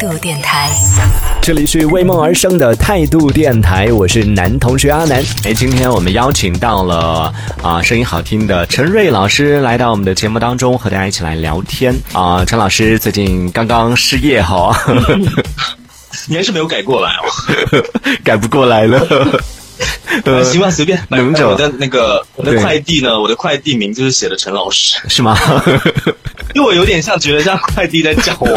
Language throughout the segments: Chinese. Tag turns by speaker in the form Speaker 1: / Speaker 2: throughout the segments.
Speaker 1: 度电台。
Speaker 2: 这里是为梦而生的态度电台，我是男同学阿南。
Speaker 3: 哎，今天我们邀请到了啊、声音好听的陈瑞老师来到我们的节目当中，和大家一起来聊天啊、陈老师最近刚刚失业哈、
Speaker 4: 你还是没有改过来哦。
Speaker 3: 改不过来了。
Speaker 4: 呃、行吧，随 便。
Speaker 3: 能者
Speaker 4: 我的那个我的
Speaker 3: 对
Speaker 4: 快递呢？我的快递名就是写的陈老师，
Speaker 3: 呃是吗？
Speaker 4: 因为我有点像觉得像快递在叫我。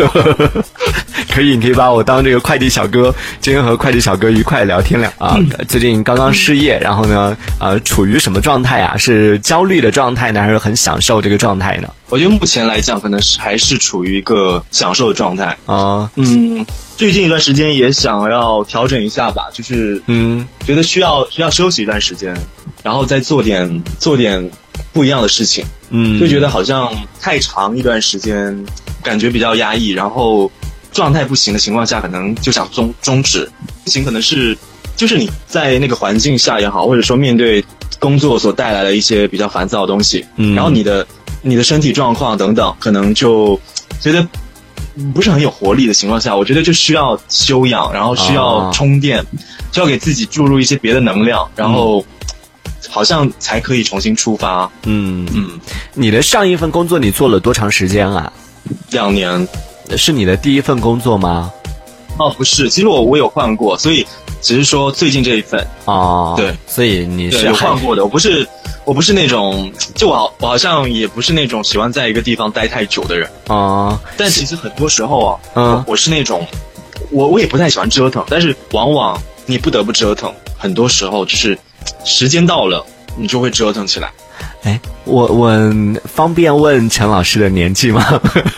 Speaker 3: 可以，你可以把我当这个快递小哥，今天和快递小哥愉快聊天聊啊、最近刚刚失业，然后呢，呃，处于什么状态啊？是焦虑的状态呢，还是很享受这个状态呢？
Speaker 4: 我觉得目前来讲，可能是还是处于一个享受的状态。
Speaker 3: 啊、
Speaker 4: 嗯，最近一段时间也想要调整一下吧，就是
Speaker 3: 嗯，
Speaker 4: 觉得需要需要休息一段时间，然后再做点做点不一样的事情。
Speaker 3: 嗯，
Speaker 4: 就觉得好像太长一段时间，感觉比较压抑，然后状态不行的情况下，可能就想终终止。不行可能是就是你在那个环境下也好，或者说面对工作所带来的一些比较烦躁的东西，
Speaker 3: 嗯
Speaker 4: 然后你的你的身体状况等等，可能就觉得。不是很有活力的情况下，我觉得就需要休养，然后需
Speaker 3: 啊
Speaker 4: 要充电，需要给自己注入一些别的能量，然后好像才可以重新出发。
Speaker 3: 嗯，
Speaker 4: 嗯，
Speaker 3: 你的上一份工作你做了多长时间啊？
Speaker 4: 两年
Speaker 3: 是你的第一份工作吗？
Speaker 4: 哦，不是，其实我我有换过，所以只是说最近这一份，
Speaker 3: 哦，
Speaker 4: 对，
Speaker 3: 所以你
Speaker 4: 对，
Speaker 3: 是
Speaker 4: 有
Speaker 3: 还
Speaker 4: 换过的。我不是，我不是那种，就我好，我好像也不是那种喜欢在一个地方待太久的人。
Speaker 3: 哦，
Speaker 4: 但其实很多时候啊，
Speaker 3: 嗯
Speaker 4: 我是那种，我我也不太喜欢折腾，但是往往你不得不折腾，很多时候就是时间到了，你就会折腾起来。
Speaker 3: 哎，我我方便问陈老师的年纪吗？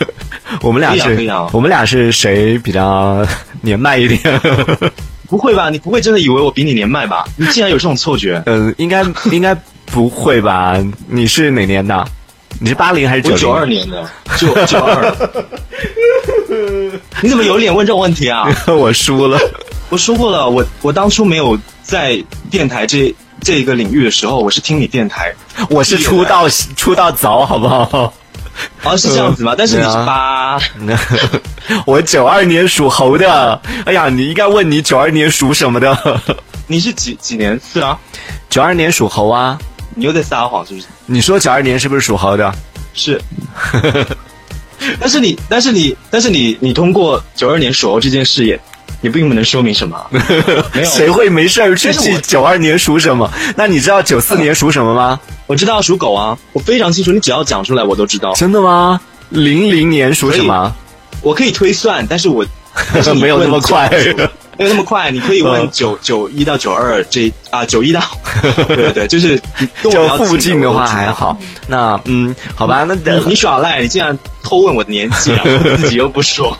Speaker 3: 我们俩
Speaker 4: 可以啊可
Speaker 3: 是、
Speaker 4: 以啊
Speaker 3: 我们俩是谁比较年迈一 点？？
Speaker 4: 不会吧？你不会真的以为我比你年迈吧？你竟然有这种错觉
Speaker 3: 嗯，应该应该不会吧？你是哪年的？你是八零还是
Speaker 4: 我
Speaker 3: 九
Speaker 4: 九二年的，九九二。 你怎么有脸问这种问题啊？
Speaker 3: 零？ 我输了。
Speaker 4: 我说过了，我我当初没有在电台这这一个领域的时候，我是听你电台，
Speaker 3: 我是出 道出道早，好不好？
Speaker 4: 哦是这样子吗？但是你是
Speaker 3: 对啊
Speaker 4: 八，
Speaker 3: 我九二年属猴的。哎呀，你应该问你九二年属什么的？
Speaker 4: 你是几几年次啊？
Speaker 3: 九二年属猴啊？
Speaker 4: 你又在撒谎是不是？
Speaker 3: 你说九二年是不是属猴的？
Speaker 4: 是。 但是你，但是你，但是你，你通过九二年属猴这件事也，也并不能说明什 么。没有，
Speaker 3: 谁会没事儿去
Speaker 4: 但是
Speaker 3: 记
Speaker 4: 我
Speaker 3: 九二年属什么？那你知道九四年属什么吗？
Speaker 4: 我知道属狗啊，我非常清楚，你只要讲出来，我都知道，
Speaker 3: 真的吗？零零年属什么？
Speaker 4: 我可以推算，但是我但是 你
Speaker 3: 没有那么
Speaker 4: 问
Speaker 3: 快
Speaker 4: 九没有那么快，你可以问
Speaker 3: 嗯
Speaker 4: 九九一到九二这啊 九一到，对对对，就是跟我
Speaker 3: 就
Speaker 4: 比较
Speaker 3: 附近
Speaker 4: 近
Speaker 3: 的
Speaker 4: 我
Speaker 3: 话
Speaker 4: 都知道
Speaker 3: 还。好。那嗯，好吧，那
Speaker 4: 你你耍赖，你竟然偷问我的年纪 啊，我自己又不说。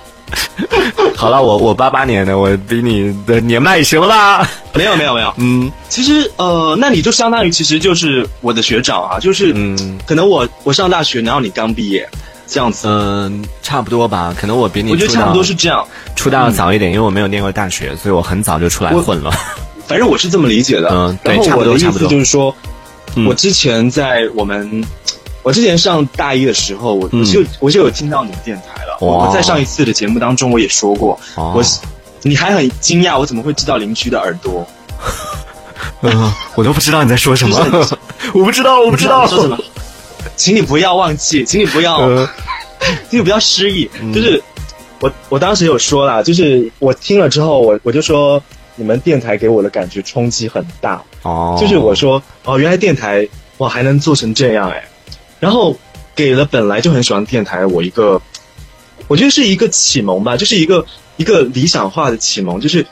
Speaker 3: 好了，我我八八年的，我比你的年迈行了吧？
Speaker 4: 没有没有没有，
Speaker 3: 嗯
Speaker 4: 其实呃，那你就相当于其实就是我的学长啊，就是、
Speaker 3: 嗯
Speaker 4: 可能我我上大学，然后你刚毕业，这样子，
Speaker 3: 嗯、差不多吧，可能我嗯比你
Speaker 4: 我觉得
Speaker 3: 出道
Speaker 4: 差不多是这样。
Speaker 3: 出道早一点，因为我没有念过大学，所以我很早就出来
Speaker 4: 我
Speaker 3: 混了。
Speaker 4: 反正我是这么理解的。
Speaker 3: 嗯对
Speaker 4: 然
Speaker 3: 差
Speaker 4: 后
Speaker 3: 不
Speaker 4: 我
Speaker 3: 多
Speaker 4: 的意
Speaker 3: 差不
Speaker 4: 思
Speaker 3: 多
Speaker 4: 就是说，
Speaker 3: 嗯
Speaker 4: 我之前在我们，我之前上大一的时候，我
Speaker 3: 嗯
Speaker 4: 我就我就有听到你的电台了。
Speaker 3: 哇
Speaker 4: 我我在上一次的节目当中我也说过，
Speaker 3: 哦
Speaker 4: 我你还很惊讶我怎么会知道邻居的耳朵？
Speaker 3: 嗯，我都不知道你在说什么
Speaker 4: 就是
Speaker 3: 我不知道，我不知道
Speaker 4: 你。说什么？请你不要忘记，请你不要，
Speaker 3: 呃，
Speaker 4: 请你不要失忆。
Speaker 3: 嗯
Speaker 4: 就是我我当时有说啦，就是我听了之后，我我就说你们电台给我的感觉冲击很大。
Speaker 3: 哦，
Speaker 4: 就是我说哦，原来电台哇还能做成这样哎，然后给了本来就很喜欢电台我一个，我觉得是一个启蒙吧，就是一个一个理想化的启蒙，就是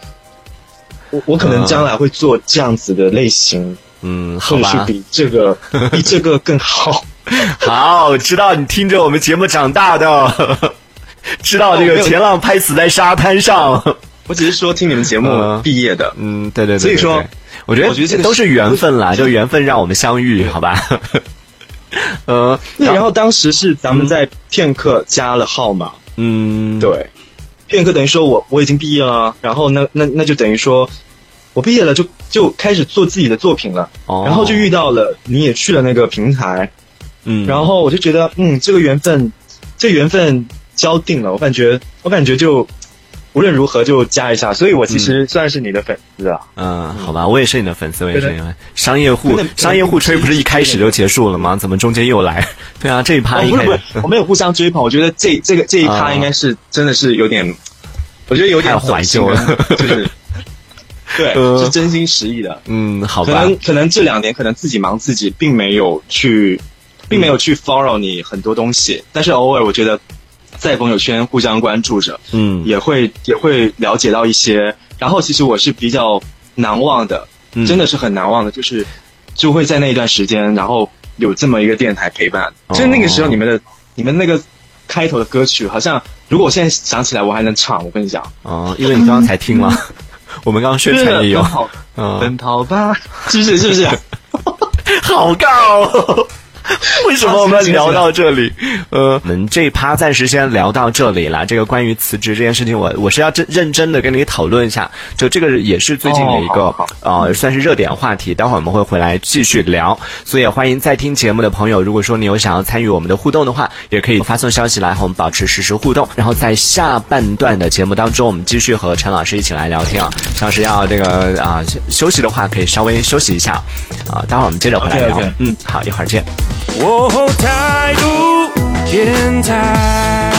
Speaker 4: 我我可能将来会做这样子的类型，
Speaker 3: 嗯，好
Speaker 4: 或者
Speaker 3: 吧
Speaker 4: 是，比这 个比这个更好。
Speaker 3: 好，知道你听着我们节目长大的， 知道这
Speaker 4: 哦没
Speaker 3: 个
Speaker 4: 有
Speaker 3: 前浪拍死在沙滩上。
Speaker 4: 我只是说听你们节目
Speaker 3: 嗯
Speaker 4: 毕业的，
Speaker 3: 嗯，对对对，
Speaker 4: 所以
Speaker 3: 对
Speaker 4: 说
Speaker 3: 对我觉得
Speaker 4: 我觉得这个
Speaker 3: 都是
Speaker 4: 是
Speaker 3: 缘分啦，就缘分让我们相遇，好吧？ 呃，
Speaker 4: 对，然后当时是咱们在片刻加了号码，
Speaker 3: 嗯，，
Speaker 4: 对，片刻等于说我我已经毕业了，然后那那那就等于说，我毕业了就就开始做自己的作品了，
Speaker 3: 哦
Speaker 4: 然后就遇到了你也去了那个平台，
Speaker 3: 嗯，
Speaker 4: 然后我就觉得嗯这个缘分，这缘分交定了，我感觉我感觉就无论如何就加一下。所以我其实算是你的粉丝啊。
Speaker 3: 嗯，好吧，我也是你的粉丝，我也是
Speaker 4: 对的
Speaker 3: 你的商业
Speaker 4: 真
Speaker 3: 户
Speaker 4: 的真，的
Speaker 3: 商业互吹不是一开始就结束了吗？怎么中间又来？ 对啊，这一趴
Speaker 4: 哦，
Speaker 3: 一
Speaker 4: 不是
Speaker 3: 开
Speaker 4: 不
Speaker 3: 始
Speaker 4: 是，我们有互相追捧。我觉得这这个这一
Speaker 3: 啊
Speaker 4: 趴应该是真的是有点，我觉得有点
Speaker 3: 太怀旧了
Speaker 4: 走心就是 对，
Speaker 3: 呃
Speaker 4: 是真心实意的。
Speaker 3: 嗯，好
Speaker 4: 可
Speaker 3: 吧，
Speaker 4: 能可能这两年可能自己忙自己，并没有去，并没有去 follow 你很多东西，但是偶尔我觉得在朋友圈互相关注着，
Speaker 3: 嗯
Speaker 4: 也会也会了解到一些。然后其实我是比较难忘的，
Speaker 3: 嗯
Speaker 4: 真的是很难忘的，就是就会在那一段时间，然后有这么一个电台陪伴。
Speaker 3: 哦
Speaker 4: 就是那个时候你们的你们那个开头的歌曲，好像如果我现在想起来，我还能唱。我跟你讲，
Speaker 3: 哦，因为你刚刚才听了，
Speaker 4: 嗯
Speaker 3: 我们刚刚宣传也有
Speaker 4: 奔，跑
Speaker 3: 嗯，
Speaker 4: 奔跑吧， 是不是？是不是？
Speaker 3: 好尬哦。 为什么我们聊到这里？呃，我们这一趴暂时先聊到这里啦。这个关于辞职这件事情我，我是要真认真的跟你讨论一下。就这个也是最近的一个、
Speaker 4: 哦好
Speaker 3: 呃，算是热点话题。待会儿我们会回来继续聊，所以也欢迎在听节目的朋友，如果说你有想要参与我们的互动的话，也可以发送消息来和我们保持实时互动。然后在下半段的节目当中，我们继续和陈老师一起来聊天啊。陈老师要这个啊、休休息的话，可以稍微休息一下啊、待会儿我们接着回来聊。
Speaker 4: OK，OK
Speaker 3: 嗯，好，一会儿见。
Speaker 1: 哦，态度电台。